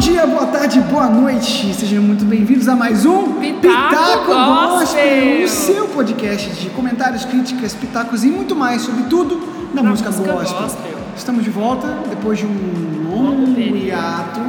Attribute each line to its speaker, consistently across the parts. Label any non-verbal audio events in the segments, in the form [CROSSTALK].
Speaker 1: dia, boa tarde, boa noite. Sejam muito bem-vindos a mais um
Speaker 2: Pitaco
Speaker 1: Gospel,
Speaker 2: Gospel.
Speaker 1: o seu podcast de comentários, críticas, pitacos e muito mais, sobretudo na
Speaker 2: Na
Speaker 1: música,
Speaker 2: música
Speaker 1: gospel.
Speaker 2: gospel.
Speaker 1: Estamos de volta depois de um longo
Speaker 2: Longo período.
Speaker 1: hiato.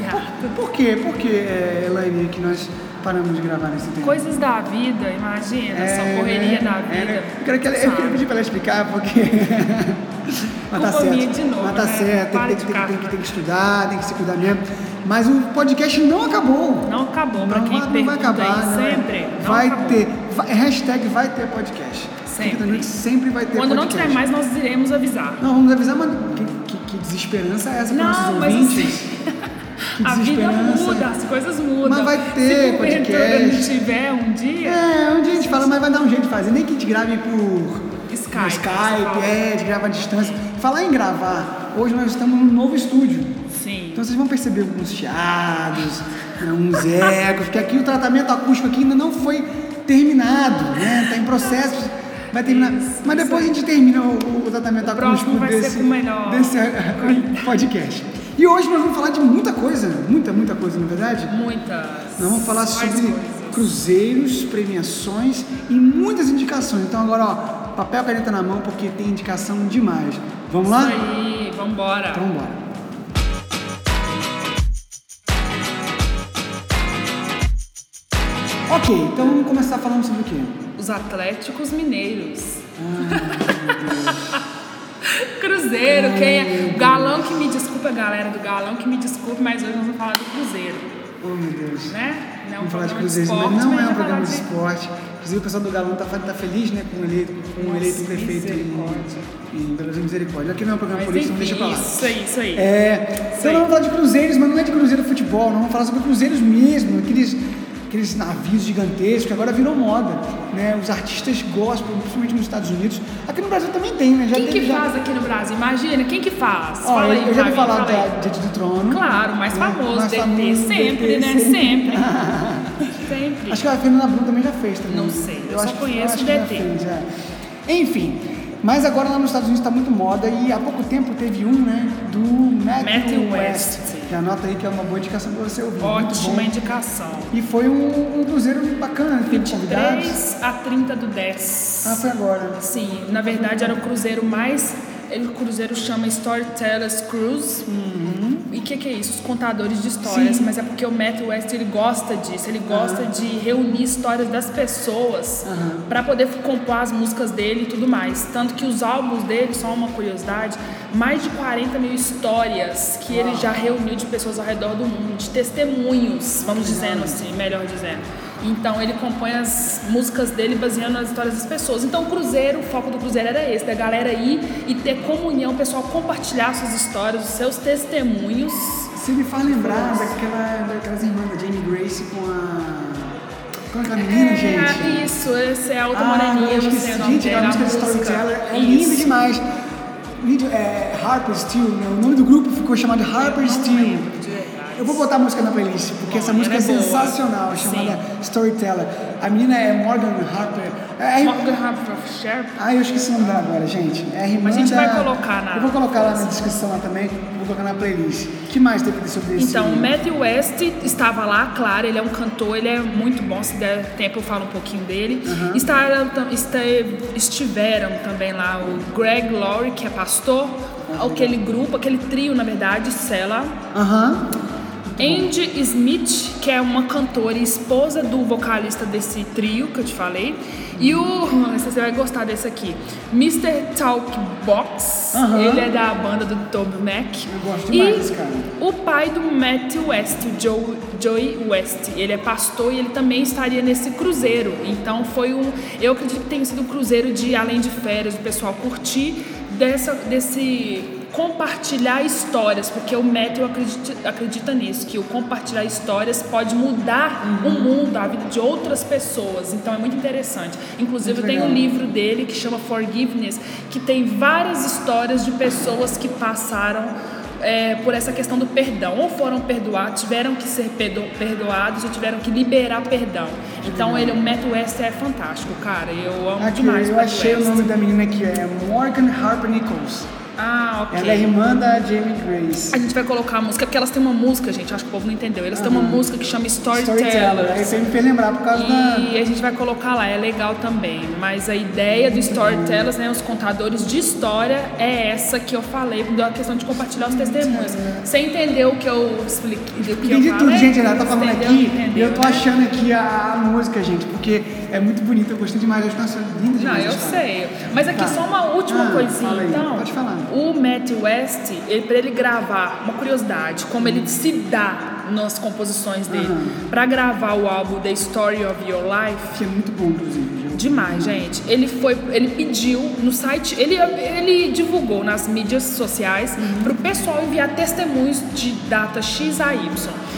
Speaker 2: Hiato.
Speaker 1: Por, por quê? Por quê, é, Elaine, que nós paramos de gravar nesse tempo?
Speaker 2: Coisas da vida, imagina,
Speaker 1: É,
Speaker 2: essa
Speaker 1: né?
Speaker 2: correria da
Speaker 1: É,
Speaker 2: vida.
Speaker 1: né? eu, quero que ela, eu
Speaker 2: sabe?
Speaker 1: queria pedir pra ela explicar, porque. [LAUGHS] Mas tá
Speaker 2: Culpa minha
Speaker 1: certo.
Speaker 2: de novo,
Speaker 1: Mas tá
Speaker 2: né?
Speaker 1: certo, tem,
Speaker 2: Para
Speaker 1: que-
Speaker 2: de
Speaker 1: tem, que- tem, que-
Speaker 2: caçar.
Speaker 1: tem que estudar, tem que se cuidar mesmo. Mas o podcast não acabou.
Speaker 2: Não acabou, pra
Speaker 1: Não,
Speaker 2: quem
Speaker 1: vai- não
Speaker 2: pergunta
Speaker 1: vai acabar,
Speaker 2: aí,
Speaker 1: né?
Speaker 2: sempre. não
Speaker 1: Vai
Speaker 2: acabou.
Speaker 1: ter. vai- é hashtag vai ter podcast.
Speaker 2: Sempre.
Speaker 1: Fica tranquilo que sempre vai ter
Speaker 2: Quando não
Speaker 1: podcast.
Speaker 2: tiver mais, nós iremos avisar.
Speaker 1: Não, vamos avisar, mas que, que, que desesperança é essa para
Speaker 2: Não,
Speaker 1: nossos
Speaker 2: mas assim,
Speaker 1: ouvintes? [LAUGHS] que
Speaker 2: [LAUGHS] A vida
Speaker 1: desesperança.
Speaker 2: muda, as coisas mudam.
Speaker 1: Mas vai ter
Speaker 2: Se porventura
Speaker 1: podcast.
Speaker 2: não tiver um dia,
Speaker 1: É, um dia a gente fala, mas vai dar um jeito de fazer. Nem que te grave por.
Speaker 2: Skype.
Speaker 1: No Skype,
Speaker 2: pessoal.
Speaker 1: é, de gravar à distância. Falar em gravar, hoje nós estamos num novo estúdio.
Speaker 2: Sim.
Speaker 1: Então vocês vão perceber alguns chiados, né, uns ecos, porque aqui o tratamento acústico aqui ainda não foi terminado, né? Tá em processo, vai terminar.
Speaker 2: Isso,
Speaker 1: Mas
Speaker 2: isso
Speaker 1: depois a gente termina o, o tratamento
Speaker 2: próximo
Speaker 1: acústico
Speaker 2: vai ser
Speaker 1: desse,
Speaker 2: com o melhor.
Speaker 1: desse [LAUGHS] podcast. E hoje nós vamos falar de muita coisa, muita, muita coisa, na verdade.
Speaker 2: Muitas.
Speaker 1: Nós vamos falar
Speaker 2: mais
Speaker 1: sobre
Speaker 2: coisas.
Speaker 1: cruzeiros, premiações e muitas indicações. Então agora, ó, papel e caneta na mão porque tem indicação demais. Vamos lá?
Speaker 2: Isso aí, vambora.
Speaker 1: Então vamos embora. Ok, então vamos começar falando sobre o quê?
Speaker 2: Os Atléticos Mineiros.
Speaker 1: Ah,
Speaker 2: [LAUGHS] Cruzeiro, quem é? Galão que me desculpa, galera do Galão que me desculpe, mas hoje nós vamos falar do Cruzeiro,
Speaker 1: Oh meu Deus.
Speaker 2: né? Não é um
Speaker 1: Vamos falar de
Speaker 2: programa
Speaker 1: cruzeiros, mas não
Speaker 2: mas
Speaker 1: é um
Speaker 2: vamos
Speaker 1: programa de
Speaker 2: falar
Speaker 1: esporte. Inclusive o pessoal do Galão tá, tá feliz, né, com o eleito, com o eleito
Speaker 2: Nossa,
Speaker 1: prefeito
Speaker 2: misericórdia.
Speaker 1: em, em Belo Horizonte Misericórdia. Aqui não é um programa
Speaker 2: Mas
Speaker 1: político, então deixa pra
Speaker 2: enfim,
Speaker 1: lá.
Speaker 2: isso aí, isso aí.
Speaker 1: É, então nós vamos falar de cruzeiros, mas não é de cruzeiro futebol, nós vamos falar sobre cruzeiros mesmo, aqueles, aqueles navios gigantescos que agora virou moda, né? Os artistas gostam, principalmente nos Estados Unidos. Aqui no Brasil também tem, né? Já
Speaker 2: Quem
Speaker 1: teve,
Speaker 2: que
Speaker 1: já...
Speaker 2: faz aqui no Brasil? Imagina, quem que faz?
Speaker 1: Ó,
Speaker 2: fala aí,
Speaker 1: eu já ouvi
Speaker 2: Flavinho,
Speaker 1: falar
Speaker 2: fala aí.
Speaker 1: da Diante do Trono.
Speaker 2: Claro, mais
Speaker 1: né?
Speaker 2: famoso,
Speaker 1: Mais
Speaker 2: DT,
Speaker 1: famoso,
Speaker 2: sempre,
Speaker 1: DT,
Speaker 2: né?
Speaker 1: [LAUGHS]
Speaker 2: Sempre. Sempre.
Speaker 1: Acho que a Fernanda Brum também já fez também.
Speaker 2: Não sei, eu só
Speaker 1: acho que-
Speaker 2: conheço
Speaker 1: acho que
Speaker 2: o
Speaker 1: já
Speaker 2: DT.
Speaker 1: fez, é. Enfim, mas agora lá nos Estados Unidos está muito moda e há pouco tempo teve um, né? Do Matthew,
Speaker 2: Matthew
Speaker 1: West.
Speaker 2: West.
Speaker 1: Que anota aí que é uma boa indicação para você ouvir.
Speaker 2: Ótima
Speaker 1: é Muito bom.
Speaker 2: indicação.
Speaker 1: E foi um, um cruzeiro bacana, né? Teve convidados.
Speaker 2: 3 a 30 do 10.
Speaker 1: Ah, foi agora.
Speaker 2: Sim, na verdade era o cruzeiro mais. ele- O cruzeiro chama Storytellers Cruise. E o que, que é isso? Os contadores de histórias.
Speaker 1: Sim.
Speaker 2: Mas é porque o Matt West ele gosta disso. Ele gosta de reunir histórias das pessoas pra poder compor as músicas dele e tudo mais. Tanto que os álbuns dele, só uma curiosidade, mais de 40 mil histórias que ele já reuniu de pessoas ao redor do mundo, de testemunhos, vamos dizendo assim, melhor dizendo. Então ele compõe as músicas dele baseando nas histórias das pessoas. Então o Cruzeiro, o foco do Cruzeiro era esse, da galera ir e ter comunhão, o pessoal compartilhar suas histórias, os seus testemunhos.
Speaker 1: Você me faz lembrar daquela, daquelas irmãs da Jamie Grace com a. Como é que é a menina,
Speaker 2: É,
Speaker 1: gente?
Speaker 2: Isso, esse é a Alta
Speaker 1: Ah,
Speaker 2: Moreninha,
Speaker 1: eu
Speaker 2: eu não
Speaker 1: esqueci.
Speaker 2: sei o nome
Speaker 1: Gente,
Speaker 2: dela,
Speaker 1: a música do Storyteller é linda
Speaker 2: Isso.
Speaker 1: demais. Vídeo- É, Harper Steel, né? o nome do grupo ficou chamado Harper Steel.
Speaker 2: De verdade.
Speaker 1: Eu vou botar a música na playlist, porque
Speaker 2: Bom,
Speaker 1: essa música é
Speaker 2: ela é boa.
Speaker 1: sensacional, chamada Storyteller. A menina é Morgan Harper. É,
Speaker 2: Morgan Harper Sharp.
Speaker 1: Ah, eu esqueci o nome dela agora, gente. É a irmã
Speaker 2: A gente
Speaker 1: da-
Speaker 2: vai colocar na-
Speaker 1: Eu vou colocar lá na descrição lá também, vou colocar na playlist. O que mais teve sobre esse
Speaker 2: Então, o Matthew West estava lá, claro, ele é um cantor, ele é muito bom, se der tempo eu falo um pouquinho dele. Estaram tam- este- estiveram também lá o Greg Laurie, que é pastor, aquele grupo, aquele trio, na verdade, Cela.
Speaker 1: Aham.
Speaker 2: Andy Smith, que é uma cantora e esposa do vocalista desse trio que eu te falei. E o. [LAUGHS] esse Você vai gostar desse aqui. Mr. Talkbox.
Speaker 1: Aham.
Speaker 2: Ele é da banda do Toby Mac.
Speaker 1: Eu gosto demais desse cara.
Speaker 2: O pai do Matt West, o Joe, Joey West, ele é pastor e ele também estaria nesse cruzeiro. Então foi um. Eu acredito que tenha sido um cruzeiro de além de férias, o pessoal curtir, dessa, desse compartilhar histórias, porque o Matt eu acredito, acredita nisso, que o compartilhar histórias pode mudar
Speaker 1: Uhum.
Speaker 2: o mundo, a vida de outras pessoas. Então é muito interessante. Inclusive,
Speaker 1: Muito
Speaker 2: eu tenho um
Speaker 1: legal.
Speaker 2: livro livro dele que chama Forgiveness, que tem várias histórias de pessoas que passaram é, por essa questão do perdão, ou foram perdoados, tiveram que ser perdo- perdoados, ou tiveram que liberar perdão. Então ele, o Matt West é fantástico, cara. Eu amo
Speaker 1: Aqui,
Speaker 2: demais o
Speaker 1: eu
Speaker 2: Matt
Speaker 1: achei o
Speaker 2: West.
Speaker 1: nome da menina aqui, é Morgan Harper Nichols.
Speaker 2: Ah, ok.
Speaker 1: Ela é irmã da Jamie Grace.
Speaker 2: A gente vai colocar a música, porque elas têm uma música, gente, acho que o povo não entendeu. Elas têm uma música que chama Storyteller.
Speaker 1: Storyteller. é Aí você me fez lembrar por causa da.
Speaker 2: E a gente vai colocar lá, é legal também. Mas a ideia do Storytellers, né, os contadores de história, é essa que eu falei, da questão de compartilhar os testemunhos. Você entendeu o que eu expliquei? do que eu
Speaker 1: Entendi tudo,
Speaker 2: falei?
Speaker 1: gente. Ela tá falando
Speaker 2: Entendeu?
Speaker 1: aqui. E
Speaker 2: Entendeu,
Speaker 1: eu tô
Speaker 2: né?
Speaker 1: achando aqui a, a música, gente, porque é muito bonita. Eu gostei demais das canções lindas
Speaker 2: Não,
Speaker 1: demais.
Speaker 2: eu
Speaker 1: a história.
Speaker 2: sei. Mas aqui
Speaker 1: Tá.
Speaker 2: só uma última
Speaker 1: Ah,
Speaker 2: coisinha,
Speaker 1: fala aí.
Speaker 2: então.
Speaker 1: Pode falar.
Speaker 2: O Matt West, ele, pra ele gravar, uma curiosidade, como ele se dá nas composições dele.
Speaker 1: Aham.
Speaker 2: Pra gravar o álbum The Story of Your Life,
Speaker 1: Que é muito bom, inclusive. viu?
Speaker 2: Demais, gente. Ele foi, ele pediu no site, ele, ele divulgou nas mídias sociais
Speaker 1: Uhum.
Speaker 2: pro pessoal enviar testemunhos de data X a Y.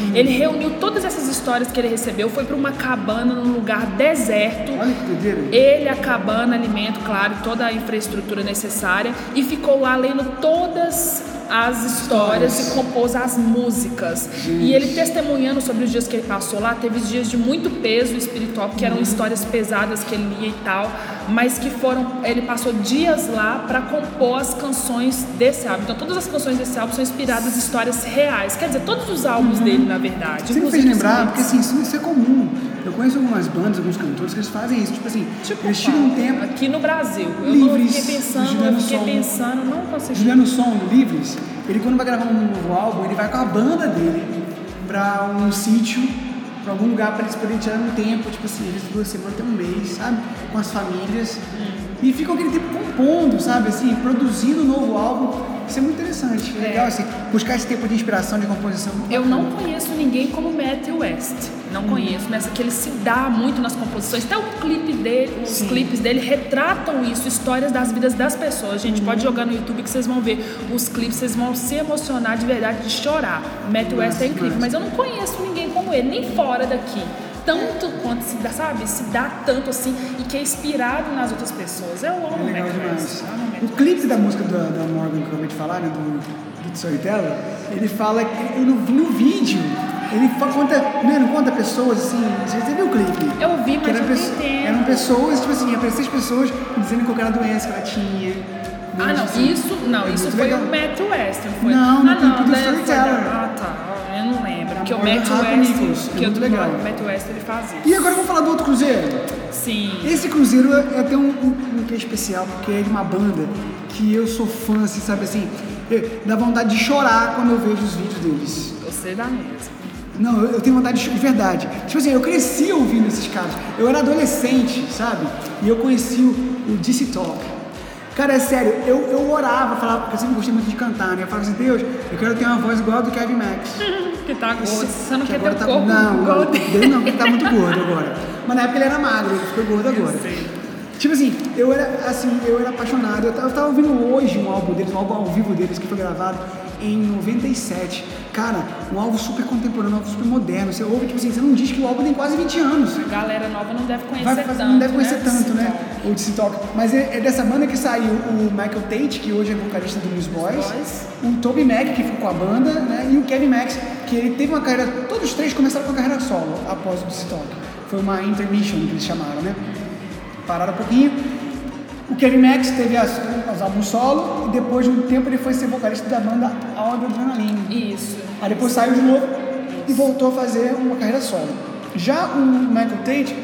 Speaker 1: Uhum.
Speaker 2: Ele reuniu todas essas histórias que ele recebeu, foi pra uma cabana num lugar deserto.
Speaker 1: Olha que doideira.
Speaker 2: Ele, a cabana, alimento, claro, toda a infraestrutura necessária e ficou lá lendo todas as histórias e compôs as músicas. E ele testemunhando sobre os dias que ele passou lá, teve dias de muito peso espiritual, porque
Speaker 1: Uhum.
Speaker 2: eram histórias pesadas que ele lia e tal, mas que foram, ele passou dias lá para compor as canções desse álbum. Então todas as canções desse álbum são inspiradas em histórias reais, quer dizer, todos os álbuns dele, na verdade.
Speaker 1: Uhum. Você me fez
Speaker 2: inclusive os
Speaker 1: lembrar, porque
Speaker 2: clipes.
Speaker 1: assim, isso, isso é comum. Eu conheço algumas bandas, alguns cantores que eles fazem isso. Tipo assim,
Speaker 2: Tipo,
Speaker 1: eles tiram um tempo.
Speaker 2: Aqui no Brasil. Eu
Speaker 1: Livres, um.
Speaker 2: não fiquei pensando, eu
Speaker 1: Juliano
Speaker 2: fiquei
Speaker 1: Som.
Speaker 2: pensando, não consegui.
Speaker 1: Juliano Som, do Livres, ele quando vai gravar um novo álbum, ele vai com a banda dele pra um sítio, pra algum lugar pra eles poderem tirar um tempo, tipo assim, eles duas semanas, até um mês, sabe? Com as famílias. E ficam aquele tempo compondo, sabe? Assim, produzindo um novo álbum. Isso é muito interessante. É.
Speaker 2: É.
Speaker 1: Legal, assim, buscar esse tempo de inspiração, de composição.
Speaker 2: Eu não conheço ninguém como Matthew West. Não
Speaker 1: Hum.
Speaker 2: conheço, mas é que ele se dá muito nas composições. Até o clipe dele, os
Speaker 1: Sim.
Speaker 2: clipes dele retratam isso, histórias das vidas das pessoas. Gente, pode
Speaker 1: Uhum.
Speaker 2: jogar no YouTube que vocês vão ver os clipes, vocês vão se emocionar de verdade, de chorar. Matthew West é incrível, mas eu não conheço ninguém como ele, nem fora daqui. Tanto quanto se dá, sabe? Se dá tanto assim e que é inspirado nas outras pessoas. Eu
Speaker 1: É
Speaker 2: amo
Speaker 1: legal
Speaker 2: Matthew West.
Speaker 1: demais.
Speaker 2: eu amo
Speaker 1: O
Speaker 2: Matthew
Speaker 1: clipe da música da, da Morgan que eu acabei de falar, né, do, do Storyteller, ele fala que no, no vídeo, ele fa- conta, né, não conta pessoas assim, você já viu o clipe?
Speaker 2: Eu vi, mas
Speaker 1: Que eram
Speaker 2: eu não
Speaker 1: pesso-
Speaker 2: entendo.
Speaker 1: Eram pessoas, tipo assim, apareciam as pessoas dizendo qual era a doença que ela tinha.
Speaker 2: Ah, não,
Speaker 1: Assim,
Speaker 2: isso, não,
Speaker 1: é
Speaker 2: isso
Speaker 1: muito
Speaker 2: foi
Speaker 1: legal.
Speaker 2: o Matt West, não foi?
Speaker 1: Não,
Speaker 2: ah,
Speaker 1: no clipe do
Speaker 2: né, foi
Speaker 1: Storyteller.
Speaker 2: da- Ah, tá, eu não lembro, porque o
Speaker 1: Morgan
Speaker 2: Matt
Speaker 1: Harper Nichols,
Speaker 2: West,
Speaker 1: é
Speaker 2: que eu
Speaker 1: muito legal.
Speaker 2: o Matt West, ele faz isso.
Speaker 1: E agora vamos falar do outro cruzeiro?
Speaker 2: Sim,
Speaker 1: Esse cruzeiro é até um, um, um que é especial, porque é de uma banda que eu sou fã, assim, sabe assim, eu- dá vontade de chorar quando eu vejo os vídeos deles.
Speaker 2: você dá mesmo.
Speaker 1: [LAUGHS] Não, eu, eu tenho vontade de chorar, de verdade. Tipo assim, eu cresci ouvindo esses caras. Eu era adolescente, sabe? E eu conheci o, o DC Talk. Cara, é sério, eu, eu orava, falava, porque eu sempre gostei muito de cantar, né? Eu falava assim, Deus, eu quero ter uma voz igual a do Kevin Max.
Speaker 2: Que tá gordo, você não
Speaker 1: Que
Speaker 2: quer ter
Speaker 1: agora
Speaker 2: um
Speaker 1: tá-
Speaker 2: corpo
Speaker 1: Não, não,
Speaker 2: gordo.
Speaker 1: dele não, porque ele tá muito gordo agora. Mas na época ele era magro, ele ficou gordo agora. Tipo assim, eu era assim, eu era apaixonado. Eu tava, eu tava ouvindo hoje um álbum deles, um álbum ao vivo deles que foi gravado em 97. Cara, um álbum super contemporâneo, um álbum super moderno. Você ouve, tipo assim, você não diz que o álbum tem quase 20 anos.
Speaker 2: A [LAUGHS] galera nova não deve conhecer
Speaker 1: tá Vai
Speaker 2: tanto,
Speaker 1: fazer- não deve conhecer
Speaker 2: né?
Speaker 1: tanto, né?
Speaker 2: Sim.
Speaker 1: O DC Talk. Mas é, é dessa banda que saiu o Michael Tate, que hoje é vocalista do Blues Boys,
Speaker 2: Boys.
Speaker 1: o Toby Mac, que ficou com a banda, né? E o Kevin Max, que ele teve uma carreira. Todos os três começaram com a carreira solo após o DC Talk. Foi uma intermission que eles chamaram, né? Pararam um pouquinho. O Kevin Max teve as, as álbuns solo e depois de um tempo ele foi ser vocalista da banda Audio Adrenaline.
Speaker 2: Isso.
Speaker 1: Aí depois saiu de novo e voltou a fazer uma carreira solo. Já o Michael Tate,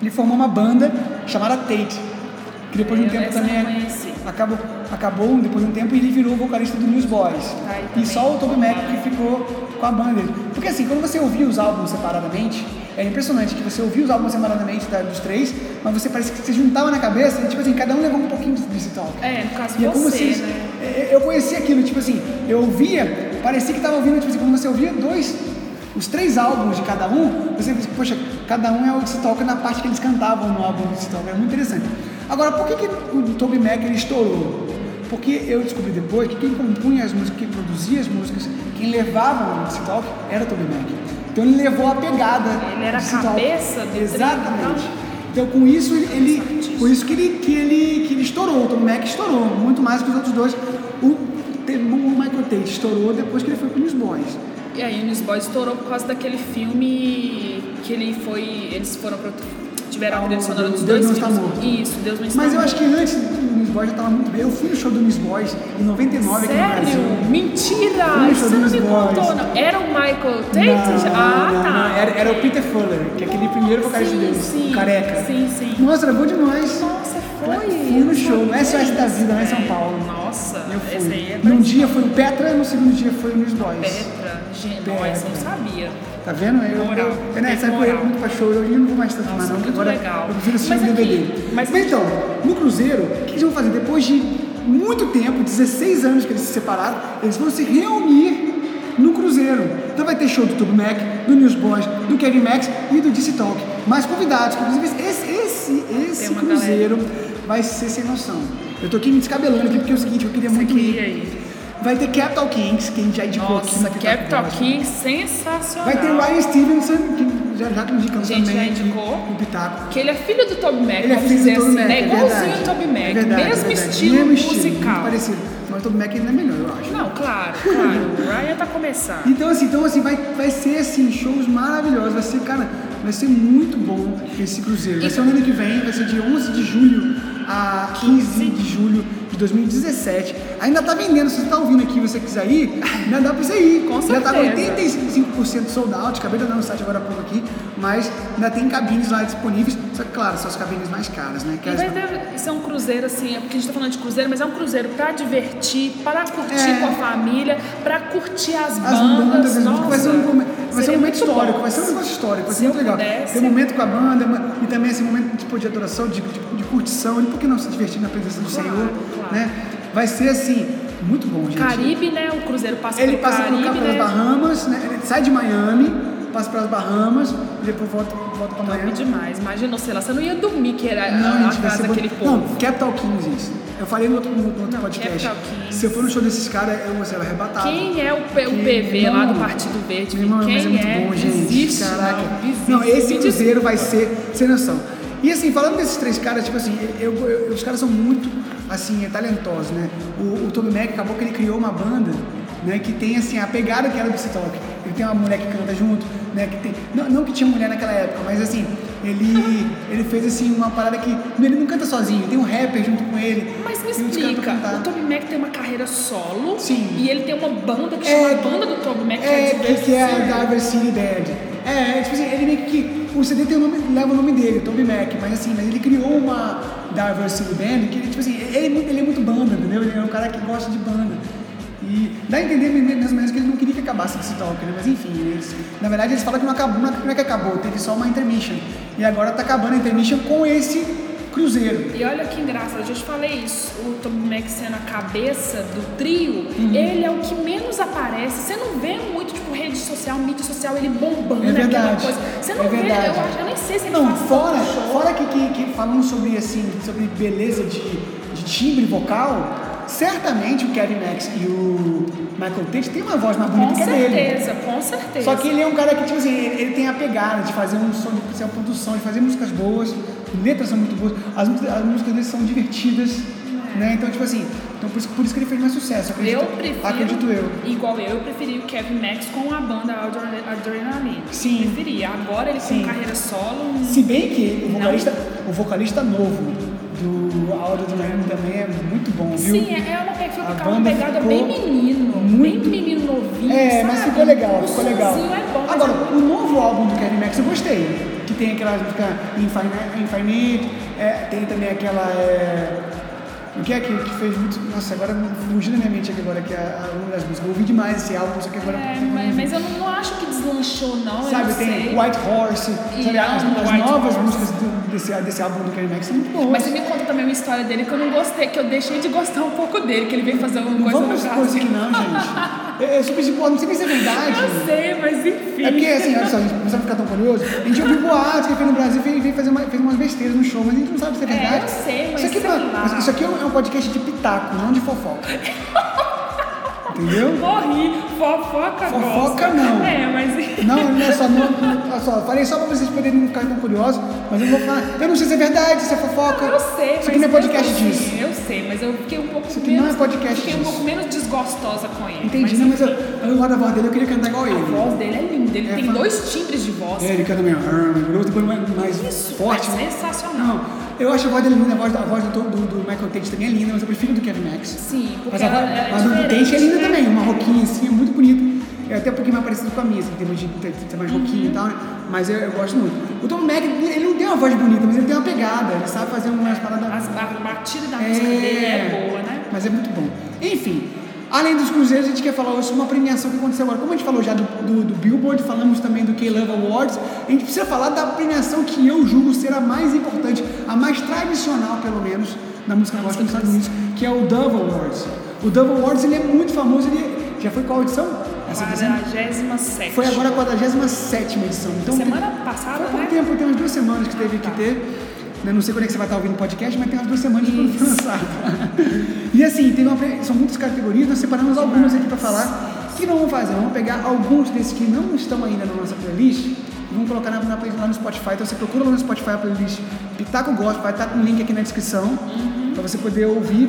Speaker 1: ele formou uma banda chamada Tate, que depois de um
Speaker 2: Eu
Speaker 1: tempo
Speaker 2: essa
Speaker 1: também
Speaker 2: não conheci.
Speaker 1: acabou, acabou depois de um tempo e ele virou o vocalista do News Boys.
Speaker 2: Tá, e
Speaker 1: e
Speaker 2: também.
Speaker 1: só o Toby Mac que ficou com a banda dele. Porque assim, quando você ouvia os álbuns separadamente, é impressionante que você ouvia os álbuns separadamente da- dos três, mas você parece que você juntava na cabeça e tipo assim, cada um levava um pouquinho desse tal.
Speaker 2: É, no caso
Speaker 1: E é como
Speaker 2: você,
Speaker 1: se.
Speaker 2: né?
Speaker 1: é, Eu conhecia aquilo, tipo assim, eu ouvia, parecia que tava ouvindo, tipo assim, quando você ouvia dois, os três álbuns de cada um, você pensa, poxa, cada um é o que toca na parte que eles cantavam no álbum do toca, é muito interessante. Agora, por que, que o Toby Mac ele estourou? Porque eu descobri depois que quem compunha as músicas, quem produzia as músicas, quem levava o Talk era o Toby Mac. Então ele levou a pegada.
Speaker 2: Ele era a
Speaker 1: desse talk.
Speaker 2: cabeça do trio,
Speaker 1: Exatamente.
Speaker 2: então?
Speaker 1: Então com isso ele, por isso que ele, que ele, que ele estourou, Então, o Tom Mac estourou, muito mais que os outros dois. O, te- o Michael Tate estourou depois que ele foi para os Boys.
Speaker 2: E aí o Boys estourou por causa daquele filme que ele foi. Eles foram pro, tiveram a
Speaker 1: Ah,
Speaker 2: trilha sonora
Speaker 1: Deus-
Speaker 2: dos dois
Speaker 1: Deus não
Speaker 2: filmes.
Speaker 1: está morto.
Speaker 2: Isso, Deus não está
Speaker 1: Mas eu
Speaker 2: morto.
Speaker 1: acho que antes dos Boys já tava muito bem. Eu fui no show do Miss Boys em 99 aqui no
Speaker 2: Sério?
Speaker 1: Brasil.
Speaker 2: Mentira!
Speaker 1: Fui no show
Speaker 2: Você não
Speaker 1: dos
Speaker 2: me
Speaker 1: Boys.
Speaker 2: contou, não. Era o Michael
Speaker 1: Não,
Speaker 2: Tate? Ah,
Speaker 1: não,
Speaker 2: tá.
Speaker 1: não. Era, era o Peter Fuller, que é aquele primeiro vocalista
Speaker 2: Sim,
Speaker 1: deles,
Speaker 2: sim.
Speaker 1: o careca.
Speaker 2: Sim, sim.
Speaker 1: Nossa, era bom demais.
Speaker 2: Nossa, foi.
Speaker 1: Fui no show, no SOS da Vida, lá em São Paulo.
Speaker 2: Nossa,
Speaker 1: Eu fui.
Speaker 2: esse aí é
Speaker 1: Num dia foi o Petra, no segundo dia foi um o Miss Boys.
Speaker 2: Petra. Gente, nossa, não sabia.
Speaker 1: Tá vendo? Eu,
Speaker 2: Moral.
Speaker 1: eu, né, sabe que eu ia muito pra show, eu hoje não vou mais tanto mais
Speaker 2: Nossa,
Speaker 1: não, porque
Speaker 2: muito
Speaker 1: agora
Speaker 2: legal.
Speaker 1: eu prefiro assistir um
Speaker 2: Mas
Speaker 1: no
Speaker 2: aqui,
Speaker 1: DVD.
Speaker 2: mas-
Speaker 1: então, no Cruzeiro, o que eles vão fazer? Depois de muito tempo, 16 anos que eles se separaram, eles vão se reunir no Cruzeiro. Então vai ter show do Tube Mac, do News Boys, do Kevin Max e do DC Talk. Mais convidados, que inclusive esse, esse, esse
Speaker 2: uma
Speaker 1: Cruzeiro vai ser sem noção. Eu tô aqui me descabelando aqui porque é o seguinte, eu queria muito
Speaker 2: queria
Speaker 1: ir.
Speaker 2: ir.
Speaker 1: Vai ter Capital Kings, que a gente já indicou aqui
Speaker 2: Nossa,
Speaker 1: na Tentativa
Speaker 2: Capital
Speaker 1: Podcast.
Speaker 2: Kings, sensacional.
Speaker 1: Vai ter o Ryan Stevenson, que já, já indicamos
Speaker 2: Gente,
Speaker 1: também.
Speaker 2: já indicou.
Speaker 1: O Pitaco.
Speaker 2: Que ele é filho do Toby Mac,
Speaker 1: Ele é
Speaker 2: vamos
Speaker 1: filho
Speaker 2: dizer
Speaker 1: do Toby
Speaker 2: assim,
Speaker 1: Mac,
Speaker 2: né?
Speaker 1: é
Speaker 2: Igualzinho
Speaker 1: verdade.
Speaker 2: o Toby Mac,
Speaker 1: É verdade, é
Speaker 2: mesmo,
Speaker 1: verdade.
Speaker 2: Estilo
Speaker 1: Mesmo muito
Speaker 2: musical.
Speaker 1: parecido. Mas o Toby Mac ainda é melhor, eu acho.
Speaker 2: Não, claro, claro. O Ryan tá começando.
Speaker 1: Então assim, então, assim vai, vai ser assim, shows maravilhosos. Vai ser, cara, vai ser muito bom esse cruzeiro. Vai
Speaker 2: E-
Speaker 1: ser no ano que vem, vai ser de 11 de julho a 15 de julho de 2017. Ainda tá vendendo, se você tá ouvindo aqui e você quiser ir, ainda dá pra você ir.
Speaker 2: Com
Speaker 1: Já tá com
Speaker 2: certeza.
Speaker 1: 35% sold out, acabei de olhar no site agora há pouco aqui, mas ainda tem cabines lá disponíveis, só que claro, são as cabines mais caras, né? Que
Speaker 2: E
Speaker 1: as-
Speaker 2: vai ter- Isso é um cruzeiro, assim, é porque a gente tá falando de cruzeiro, mas é um cruzeiro pra divertir, para curtir
Speaker 1: É.
Speaker 2: com a família, pra curtir as bandas.
Speaker 1: as bandas, as
Speaker 2: nossa,
Speaker 1: músicas, vai ser um, momen- vai ser um
Speaker 2: seria
Speaker 1: momento
Speaker 2: muito bom.
Speaker 1: histórico, vai ser um negócio histórico, vai ser
Speaker 2: Se
Speaker 1: muito
Speaker 2: eu
Speaker 1: legal.
Speaker 2: pudesse-
Speaker 1: Tem um momento com a banda uma- e também esse momento tipo, de adoração, de, de, de curtição, e por que não se divertir na presença do
Speaker 2: Claro,
Speaker 1: Senhor,
Speaker 2: claro.
Speaker 1: né? Vai ser assim, muito bom, gente.
Speaker 2: Caribe, né? O cruzeiro passa
Speaker 1: Ele
Speaker 2: pelo
Speaker 1: passa pelo
Speaker 2: Caribe,
Speaker 1: Cabo pelas
Speaker 2: né?
Speaker 1: Bahamas, né? Ele sai de Miami, passa pelas Bahamas, e depois volta, volta pra
Speaker 2: Top
Speaker 1: Miami.
Speaker 2: é demais. Imagina, sei lá, você não ia dormir que era
Speaker 1: Não,
Speaker 2: a,
Speaker 1: gente, vai
Speaker 2: casa
Speaker 1: ser
Speaker 2: daquele
Speaker 1: bom.
Speaker 2: povo.
Speaker 1: Não, Capital Kings, isso. Eu falei no outro, no outro
Speaker 2: Não,
Speaker 1: podcast.
Speaker 2: Capital Kings.
Speaker 1: Se eu for no show desses caras, eu vou ser arrebatado.
Speaker 2: Quem é o, P- o
Speaker 1: Que-
Speaker 2: PV lá
Speaker 1: não.
Speaker 2: do Partido Verde?
Speaker 1: Meu irmão,
Speaker 2: Quem
Speaker 1: mas é muito
Speaker 2: é?
Speaker 1: bom, gente.
Speaker 2: Desiste,
Speaker 1: Caraca.
Speaker 2: Não, desiste.
Speaker 1: Não, esse
Speaker 2: Me
Speaker 1: cruzeiro vai
Speaker 2: desculpa.
Speaker 1: ser sem noção. E assim, falando desses três caras, tipo assim, eu- eu- os caras são muito, assim, é, talentosos, né? O, o Toby Mac acabou que ele criou uma banda, né, que tem, assim, a pegada que era do Citalk. Ele tem uma mulher que canta junto, né, que tem... Não, não que tinha mulher naquela época, mas assim, ele, ele fez, assim, uma parada que... Ele não canta sozinho, tem um rapper junto com ele.
Speaker 2: Mas me
Speaker 1: e os caras
Speaker 2: explica,
Speaker 1: tão cantando.
Speaker 2: o Toby Mac tem uma carreira solo
Speaker 1: Sim.
Speaker 2: e ele tem uma banda que
Speaker 1: É,
Speaker 2: chama a banda do Toby Mac,
Speaker 1: É,
Speaker 2: que
Speaker 1: que,
Speaker 2: é,
Speaker 1: que é a
Speaker 2: diversão.
Speaker 1: Diver City Band. É, é, tipo assim, ele meio que. O CD tem o nome, leva o nome dele, Toby Mac, mas assim, mas ele criou uma Diver City Band que ele, tipo assim, ele, é muito- ele é muito banda, entendeu? Ele é um cara que gosta de banda. E dá a entender mais ou menos que ele não queria que acabasse esse talk, né? Mas enfim, eles, na verdade eles falam que não acabou, não é que- não é que acabou, teve só uma intermission. E agora tá acabando a intermission com esse cruzeiro.
Speaker 2: E olha que engraçado, eu já te falei isso. O Tom Mac sendo a cabeça do trio,
Speaker 1: Uhum.
Speaker 2: ele é o que menos aparece. Você não vê muito, tipo, rede social, mídia social, ele bombando
Speaker 1: É
Speaker 2: aquela
Speaker 1: verdade.
Speaker 2: coisa. Você não
Speaker 1: é
Speaker 2: vê,
Speaker 1: verdade.
Speaker 2: eu, acho- eu nem sei se ele
Speaker 1: Não,
Speaker 2: faz
Speaker 1: fora,
Speaker 2: tanto show.
Speaker 1: fora que, que, que falando sobre assim, sobre beleza de, de timbre vocal, certamente o Kevin Max e o Michael Tate tem uma voz mais bonita
Speaker 2: Com
Speaker 1: que a dele.
Speaker 2: certeza, com certeza.
Speaker 1: Só que ele é um cara que, tipo assim, ele, ele tem a pegada de fazer um som, de ser uma produção, de fazer músicas boas, letras são muito boas, as, músicas- as músicas dele são divertidas, né? Então, tipo assim, então por, isso, por isso que ele fez mais sucesso, acredito,
Speaker 2: Eu prefiro.
Speaker 1: acredito eu.
Speaker 2: Igual eu, eu preferi o Kevin Max com a banda Adre- Adrenaline.
Speaker 1: Sim.
Speaker 2: Preferi. Agora ele
Speaker 1: Sim.
Speaker 2: com carreira solo.
Speaker 1: Se bem que o vocalista, o vocalista novo do Áudio do Miami também é muito bom, viu?
Speaker 2: Sim, é é uma, pe- foi
Speaker 1: A
Speaker 2: ficar uma
Speaker 1: banda
Speaker 2: pegada
Speaker 1: ficou
Speaker 2: bem menino.
Speaker 1: muito-
Speaker 2: Bem menino novinho.
Speaker 1: É, mas
Speaker 2: sabe?
Speaker 1: ficou legal,
Speaker 2: O
Speaker 1: ficou legal.
Speaker 2: somzinho é bom, mas
Speaker 1: Agora,
Speaker 2: é-
Speaker 1: o novo álbum do Kevin Max eu gostei. Que tem aquela música Infinite, Infinite é, tem também aquela. é, o que é que, que fez muito. Nossa, agora fugiu da minha mente aqui agora, que é a, uma das músicas. Eu ouvi demais esse álbum, só que agora.
Speaker 2: É, mas, mas eu não, não acho que deslanchou, não. eu
Speaker 1: Sabe,
Speaker 2: não
Speaker 1: tem
Speaker 2: sei.
Speaker 1: White Horse,
Speaker 2: E
Speaker 1: sabe, as,
Speaker 2: amo
Speaker 1: as
Speaker 2: White
Speaker 1: novas
Speaker 2: Horse.
Speaker 1: músicas do- desse, desse álbum do Kevin Max são muito boas.
Speaker 2: Mas você me conta também uma história dele que eu não gostei, que eu deixei de gostar um pouco dele, que ele veio fazer alguma
Speaker 1: Não
Speaker 2: coisa
Speaker 1: vamos
Speaker 2: no
Speaker 1: expor isso
Speaker 2: Brasil.
Speaker 1: aqui não, gente.
Speaker 2: [LAUGHS]
Speaker 1: Eu, eu super expo- não sei nem se é verdade.
Speaker 2: Eu sei, mas enfim.
Speaker 1: É porque, assim, olha só, a gente começou a ficar tão curioso. A gente ouviu boatos que ele veio no Brasil e veio fazer uma, fez umas besteiras no show, mas a gente não sabe se é
Speaker 2: É, eu
Speaker 1: verdade.
Speaker 2: sei, mas
Speaker 1: isso aqui,
Speaker 2: sei
Speaker 1: não-
Speaker 2: lá.
Speaker 1: mas isso aqui é um é um podcast de pitaco, não de fofoca. Entendeu?
Speaker 2: Morri, fofoca
Speaker 1: Fofoca
Speaker 2: gosta.
Speaker 1: não.
Speaker 2: É, mas. [LAUGHS]
Speaker 1: Não, não é só, não, não- olha só, falei só pra vocês poderem não ficar tão curiosos, mas eu vou falar. Eu não sei se é verdade, se é fofoca.
Speaker 2: Eu sei,
Speaker 1: Isso
Speaker 2: mas.
Speaker 1: aqui não é podcast
Speaker 2: mesmo assim,
Speaker 1: disso.
Speaker 2: Eu sei, mas eu fiquei um pouco
Speaker 1: Isso aqui não é
Speaker 2: menos.
Speaker 1: podcast
Speaker 2: Fiquei
Speaker 1: disso.
Speaker 2: um pouco menos desgostosa com ele.
Speaker 1: Entendi,
Speaker 2: mas
Speaker 1: não, mas eu, eu gosto da voz dele, eu queria cantar igual ele.
Speaker 2: A voz dele é linda, ele
Speaker 1: É
Speaker 2: tem
Speaker 1: fan-
Speaker 2: dois timbres de voz.
Speaker 1: "Ah, É, ele canta meio... Depois mais, mais
Speaker 2: Isso,
Speaker 1: forte.
Speaker 2: é
Speaker 1: né?
Speaker 2: sensacional.
Speaker 1: Não, Eu acho a voz dele linda, a voz, da- a voz do, do- do Michael Tate também é linda, mas eu prefiro do Kevin Max.
Speaker 2: Sim, porque
Speaker 1: Mas, a,
Speaker 2: ela
Speaker 1: voz-
Speaker 2: é
Speaker 1: mas o do
Speaker 2: diferente,
Speaker 1: Tate é linda
Speaker 2: né?
Speaker 1: também, uma roquinha assim, é muito bonita. É até um pouquinho mais parecido com a minha, assim, em termos de ter, ter
Speaker 2: Uhum.
Speaker 1: mais roquinha e tal, né? Mas eu, eu gosto muito. O Tom Mac, ele não tem uma voz bonita, mas ele tem uma pegada, ele sabe fazer umas paradas.
Speaker 2: As, a batida da música dele é boa, né?
Speaker 1: Mas é muito bom. Enfim, além dos cruzeiros, a gente quer falar hoje sobre uma premiação que aconteceu agora. Como a gente falou já do, do- do Billboard, falamos também do K-Love Awards, a gente precisa falar da premiação que eu julgo ser a mais importante, a mais tradicional, pelo menos, na música gospel dos Estados Unidos, que é o Dove Awards. O Dove Awards, ele é muito famoso, ele já foi qual edição? Essa edição?
Speaker 2: 47.
Speaker 1: Foi agora a 47 edição. Então,
Speaker 2: Semana
Speaker 1: tem-
Speaker 2: passada,
Speaker 1: Foi há pouco
Speaker 2: né? Tá.
Speaker 1: tempo, tem umas duas semanas que teve que ter. né? Não sei quando é que você vai estar ouvindo o podcast, mas tem umas duas semanas que foi lançado. e assim, teve uma pre- são muitas categorias, nós separamos algumas aqui para falar. que não vamos fazer? Vamos pegar alguns desses que não estão ainda na nossa playlist e vamos colocar na, na playlist lá no Spotify. Então você procura lá no Spotify a playlist Pitaco Gospel, vai estar com o link aqui na descrição
Speaker 2: Uhum.
Speaker 1: para você poder ouvir.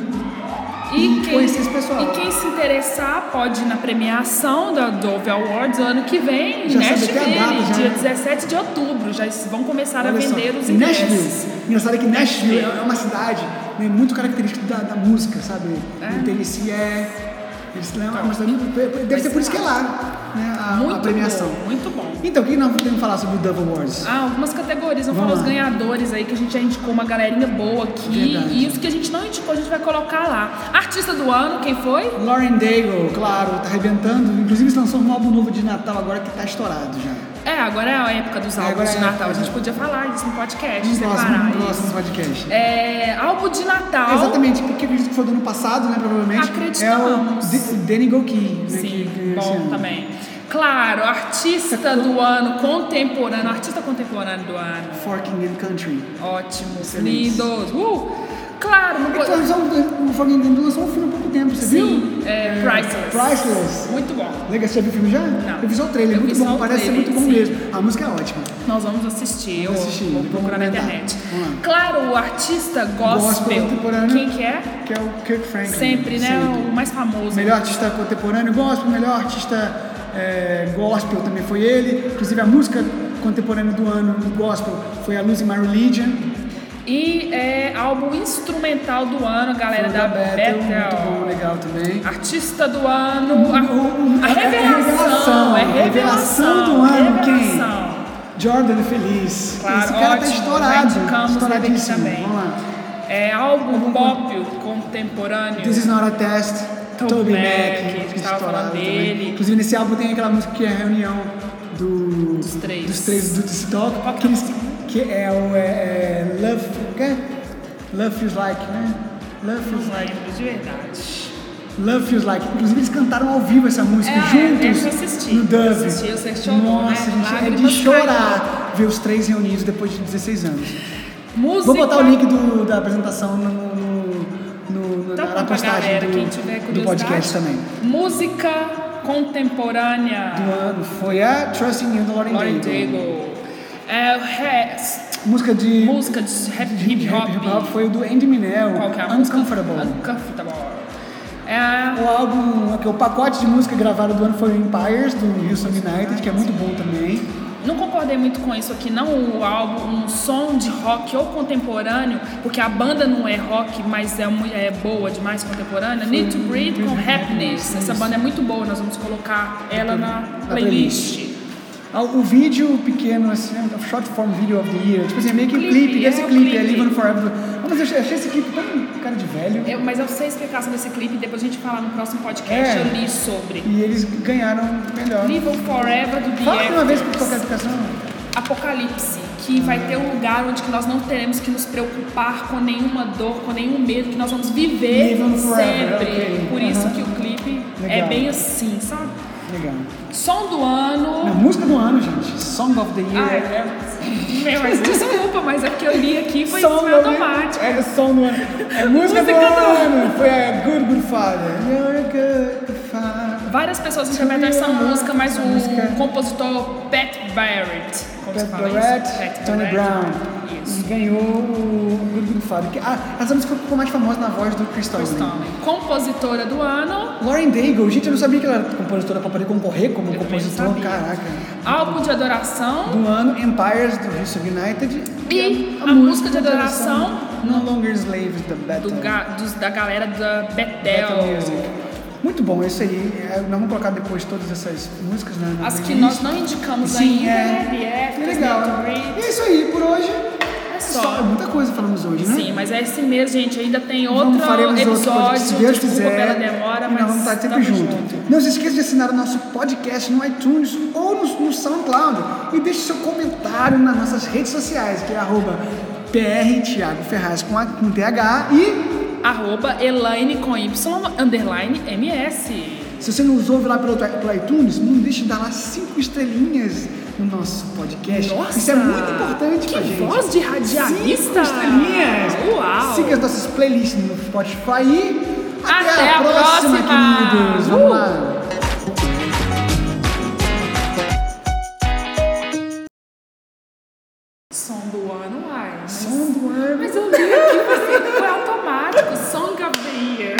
Speaker 1: E conhecer hum, esse pessoal.
Speaker 2: E quem se interessar pode ir na premiação da Dove Awards ano que vem, em
Speaker 1: Já sabe
Speaker 2: Nashville,
Speaker 1: até a data já,
Speaker 2: dia
Speaker 1: né?
Speaker 2: 17 de outubro. Já vão começar a
Speaker 1: Olha só,
Speaker 2: vender os ingressos.
Speaker 1: Nashville. Engraçado é que Nashville é uma cidade né, muito característica da, da música, sabe? O Tennessee é. eles lá é uma cidade muito- deve ser por isso que é lá né, a, a
Speaker 2: Muito
Speaker 1: premiação.
Speaker 2: bom, muito bom.
Speaker 1: Então, o que nós temos que falar sobre o Double Awards?
Speaker 2: Ah, algumas categorias, vamos
Speaker 1: Vamos
Speaker 2: falar os
Speaker 1: lá.
Speaker 2: ganhadores aí, que a gente já indicou uma galerinha boa aqui.
Speaker 1: Verdade.
Speaker 2: E os que a gente não indicou, a gente vai colocar lá. Artista do ano, quem foi?
Speaker 1: Lauren Daigle, claro, tá arrebentando. Inclusive, se lançou um álbum novo de Natal agora que tá estourado já.
Speaker 2: É, agora é a época dos
Speaker 1: É,
Speaker 2: álbuns
Speaker 1: agora é
Speaker 2: de
Speaker 1: a
Speaker 2: Natal. A
Speaker 1: época.
Speaker 2: gente podia falar disso no podcast,
Speaker 1: Um próximo,
Speaker 2: separar
Speaker 1: um
Speaker 2: isso.
Speaker 1: próximo podcast.
Speaker 2: É, álbum de Natal.
Speaker 1: Exatamente, porque eu acredito que foi do ano passado, né? Provavelmente.
Speaker 2: Acreditamos.
Speaker 1: É o D- Danny Gokey, né? que
Speaker 2: Sim,
Speaker 1: ganhou esse
Speaker 2: bom
Speaker 1: ano.
Speaker 2: também. Claro, artista do ano, contemporâneo, artista contemporâneo do ano.
Speaker 1: Forking in Country.
Speaker 2: Ótimos,
Speaker 1: Excelente.
Speaker 2: lindos. Uh! Claro, não
Speaker 1: Ele
Speaker 2: pode...
Speaker 1: lançou um- O Foguinho Dentro lançou um filme há pouco tempo, você
Speaker 2: Sim,
Speaker 1: viu?
Speaker 2: é, Priceless.
Speaker 1: Priceless.
Speaker 2: Muito bom.
Speaker 1: Legal, você já viu o filme já?
Speaker 2: Não.
Speaker 1: Eu vi só o trailer, é
Speaker 2: Eu
Speaker 1: muito
Speaker 2: vi só
Speaker 1: bom,
Speaker 2: o
Speaker 1: parece ser
Speaker 2: trailer,
Speaker 1: muito bom
Speaker 2: sim.
Speaker 1: mesmo. A música é ótima.
Speaker 2: Nós vamos assistir,
Speaker 1: Vamos
Speaker 2: eu
Speaker 1: assistir,
Speaker 2: vou
Speaker 1: vamos
Speaker 2: procurar na
Speaker 1: comentar.
Speaker 2: internet.
Speaker 1: Vamos lá.
Speaker 2: Claro, o artista
Speaker 1: Gospel
Speaker 2: gospel,
Speaker 1: contemporâneo.
Speaker 2: quem que é?
Speaker 1: Que é o Kirk Franklin.
Speaker 2: Sempre, né?
Speaker 1: Sempre.
Speaker 2: O mais famoso.
Speaker 1: Melhor artista contemporâneo gospel, melhor artista é, gospel também foi ele. Inclusive a música contemporânea do ano do gospel foi a Losing My Religion.
Speaker 2: E é álbum instrumental do ano, galera da, Bethel.
Speaker 1: Muito bom, né? legal também.
Speaker 2: Artista do ano, a,
Speaker 1: O- o-
Speaker 2: a
Speaker 1: é- é revelação,
Speaker 2: revelação, é
Speaker 1: revelação
Speaker 2: revelação
Speaker 1: do ano, quem?
Speaker 2: revelação.
Speaker 1: Jordan é Feliz.
Speaker 2: Claro,
Speaker 1: Esse cara
Speaker 2: ótimo,
Speaker 1: tá estourado.
Speaker 2: indicamos ele aqui
Speaker 1: estouradíssimo.
Speaker 2: também.
Speaker 1: Vamos lá.
Speaker 2: É álbum pop contemporâneo.
Speaker 1: This is not a test.
Speaker 2: Toby
Speaker 1: Toby
Speaker 2: Mac,
Speaker 1: Mac,
Speaker 2: que a gente
Speaker 1: que
Speaker 2: tava
Speaker 1: estourado
Speaker 2: falando
Speaker 1: também.
Speaker 2: dele.
Speaker 1: Inclusive nesse álbum tem aquela música que é a reunião do, dos
Speaker 2: três.
Speaker 1: dos três do Dizzy Dog,
Speaker 2: Qual que
Speaker 1: que,
Speaker 2: é a
Speaker 1: eles- que é o é, é, Love, o quê? Love Feels Like, né? Love Feels
Speaker 2: Não
Speaker 1: Like.
Speaker 2: lembro de verdade.
Speaker 1: Love Feels Like. Inclusive eles cantaram ao vivo essa música
Speaker 2: É,
Speaker 1: juntos
Speaker 2: eu assisti,
Speaker 1: no
Speaker 2: eu
Speaker 1: Dove.
Speaker 2: assisti, eu sei que chorou,
Speaker 1: Nossa,
Speaker 2: né?
Speaker 1: gente, é de
Speaker 2: Lágrimas
Speaker 1: chorar ver os três reunidos depois de 16 anos.
Speaker 2: Música.
Speaker 1: Vou botar o link do- da apresentação no, no- no-
Speaker 2: Então,
Speaker 1: na,
Speaker 2: pra
Speaker 1: na postagem
Speaker 2: galera,
Speaker 1: do,
Speaker 2: quem tiver
Speaker 1: do
Speaker 2: curiosidade.
Speaker 1: podcast também.
Speaker 2: Música contemporânea.
Speaker 1: Do ano foi a Trusting You do Lauren
Speaker 2: Lauren
Speaker 1: Daigle.
Speaker 2: Daigle. É, o rest-
Speaker 1: Música de
Speaker 2: música de rap hip hop.
Speaker 1: hip hop foi o do Andy Minel,
Speaker 2: Qual que é a música?
Speaker 1: Uncomfortable.
Speaker 2: Uncomfortable. É,
Speaker 1: O álbum, que o pacote de música gravado do ano foi o Empires, do Wilson United, que é muito bom também.
Speaker 2: não concordei muito com isso aqui, não o álbum, um som de rock ou contemporâneo, porque a banda não é rock, mas é, mu- é boa demais contemporânea. Need to Breathe com Happiness. Essa banda é muito boa, nós vamos colocar
Speaker 1: Tá.
Speaker 2: ela na playlist.
Speaker 1: Ah, O vídeo pequeno, assim, né, o short form video of the year, tipo assim, é meio que um
Speaker 2: Clipe,
Speaker 1: clipe,
Speaker 2: é
Speaker 1: desse
Speaker 2: o
Speaker 1: clipe, é
Speaker 2: clipe.
Speaker 1: Live on Forever. Ah, Mas eu achei- achei esse clipe tão cara de velho.
Speaker 2: Eu- mas eu sei a explicação desse clipe, depois a gente fala no próximo podcast,
Speaker 1: É.
Speaker 2: eu li sobre.
Speaker 1: E eles ganharam melhor.
Speaker 2: Live on Forever do The
Speaker 1: Fala de uma vez
Speaker 2: Echoes.
Speaker 1: por qualquer explicação.
Speaker 2: Apocalipse, que vai ter um lugar onde que nós não teremos que nos preocupar com nenhuma dor, com nenhum medo, que nós vamos viver
Speaker 1: Live on forever,
Speaker 2: sempre.
Speaker 1: ok.
Speaker 2: Por isso
Speaker 1: Aham.
Speaker 2: que o clipe é
Speaker 1: Legal.
Speaker 2: bem assim, sabe?
Speaker 1: Legal.
Speaker 2: Som do
Speaker 1: A
Speaker 2: ano.
Speaker 1: música do ano, gente. Song of the Year.
Speaker 2: Ah, é. [LAUGHS] Meu, mas desculpa, mas é porque eu li aqui foi
Speaker 1: Song
Speaker 2: foi
Speaker 1: of the-
Speaker 2: automático.
Speaker 1: É, som do ano. É música,
Speaker 2: Música
Speaker 1: do,
Speaker 2: do
Speaker 1: ano. Foi a Good Good Father. You're a good, good father.
Speaker 2: Várias pessoas interpretam essa música, mas o
Speaker 1: Música.
Speaker 2: compositor Pat Barrett. Como se
Speaker 1: Pat
Speaker 2: fala isso?
Speaker 1: Barrett,
Speaker 2: Pat
Speaker 1: Tony
Speaker 2: Barrett.
Speaker 1: Brown.
Speaker 2: Isso.
Speaker 1: E ganhou o Good Good Father. Que, ah, essa música ficou mais famosa na voz do Chris né? Tomlin.
Speaker 2: Então, Compositora do ano.
Speaker 1: Lauren Daigle, gente, eu não sabia que ela era compositora pra poder concorrer como
Speaker 2: Eu também não
Speaker 1: compositor.
Speaker 2: sabia.
Speaker 1: Caraca.
Speaker 2: Álbum de adoração.
Speaker 1: Do ano, Empires, do Houston United. é
Speaker 2: E a música de adoração
Speaker 1: No Longer Slaves da Bethel.
Speaker 2: do ga- dos- da galera da Bethel.
Speaker 1: Bethel Music. Muito bom, isso aí. É, Nós vamos colocar depois todas essas músicas né, na. na
Speaker 2: As que
Speaker 1: playlist.
Speaker 2: nós não indicamos
Speaker 1: Sim,
Speaker 2: ainda,
Speaker 1: é.
Speaker 2: né?
Speaker 1: Que
Speaker 2: BF,
Speaker 1: legal. E é isso aí, por hoje. É
Speaker 2: só.
Speaker 1: Muita coisa falamos hoje, né?
Speaker 2: Sim, mas é esse mês, gente. Ainda tem outro
Speaker 1: Vamos, faremos outro
Speaker 2: episódio.
Speaker 1: podcast, se Deus
Speaker 2: Desculpa
Speaker 1: quiser.
Speaker 2: pela demora,
Speaker 1: e
Speaker 2: mas
Speaker 1: nós vamos estar sempre
Speaker 2: tamo
Speaker 1: junto. Não se esqueça de assinar o nosso podcast no iTunes ou no, no SoundCloud. E deixe seu comentário nas nossas redes sociais, que é arroba PR Thiago Ferraz com, a, com TH. E
Speaker 2: Arroba Elaine com Y, underline MS.
Speaker 1: se você nos ouve lá pelo, pelo iTunes, não deixe de dar lá cinco estrelinhas no nosso podcast.
Speaker 2: Nossa!
Speaker 1: Isso é muito importante
Speaker 2: que
Speaker 1: pra gente.
Speaker 2: voz de radialista!
Speaker 1: Cinco estrelinhas!
Speaker 2: Uau!
Speaker 1: Siga as nossas playlists no Spotify e até,
Speaker 2: Até a
Speaker 1: próxima,
Speaker 2: próxima!
Speaker 1: queridos! Vamos
Speaker 2: Uh!
Speaker 1: lá!
Speaker 2: Som do ano, ai. Mas,
Speaker 1: Som do ano.
Speaker 2: mas eu vi aqui, você foi automático. Song of the year.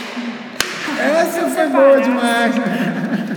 Speaker 1: Essa foi
Speaker 2: Você
Speaker 1: boa
Speaker 2: parece.
Speaker 1: demais.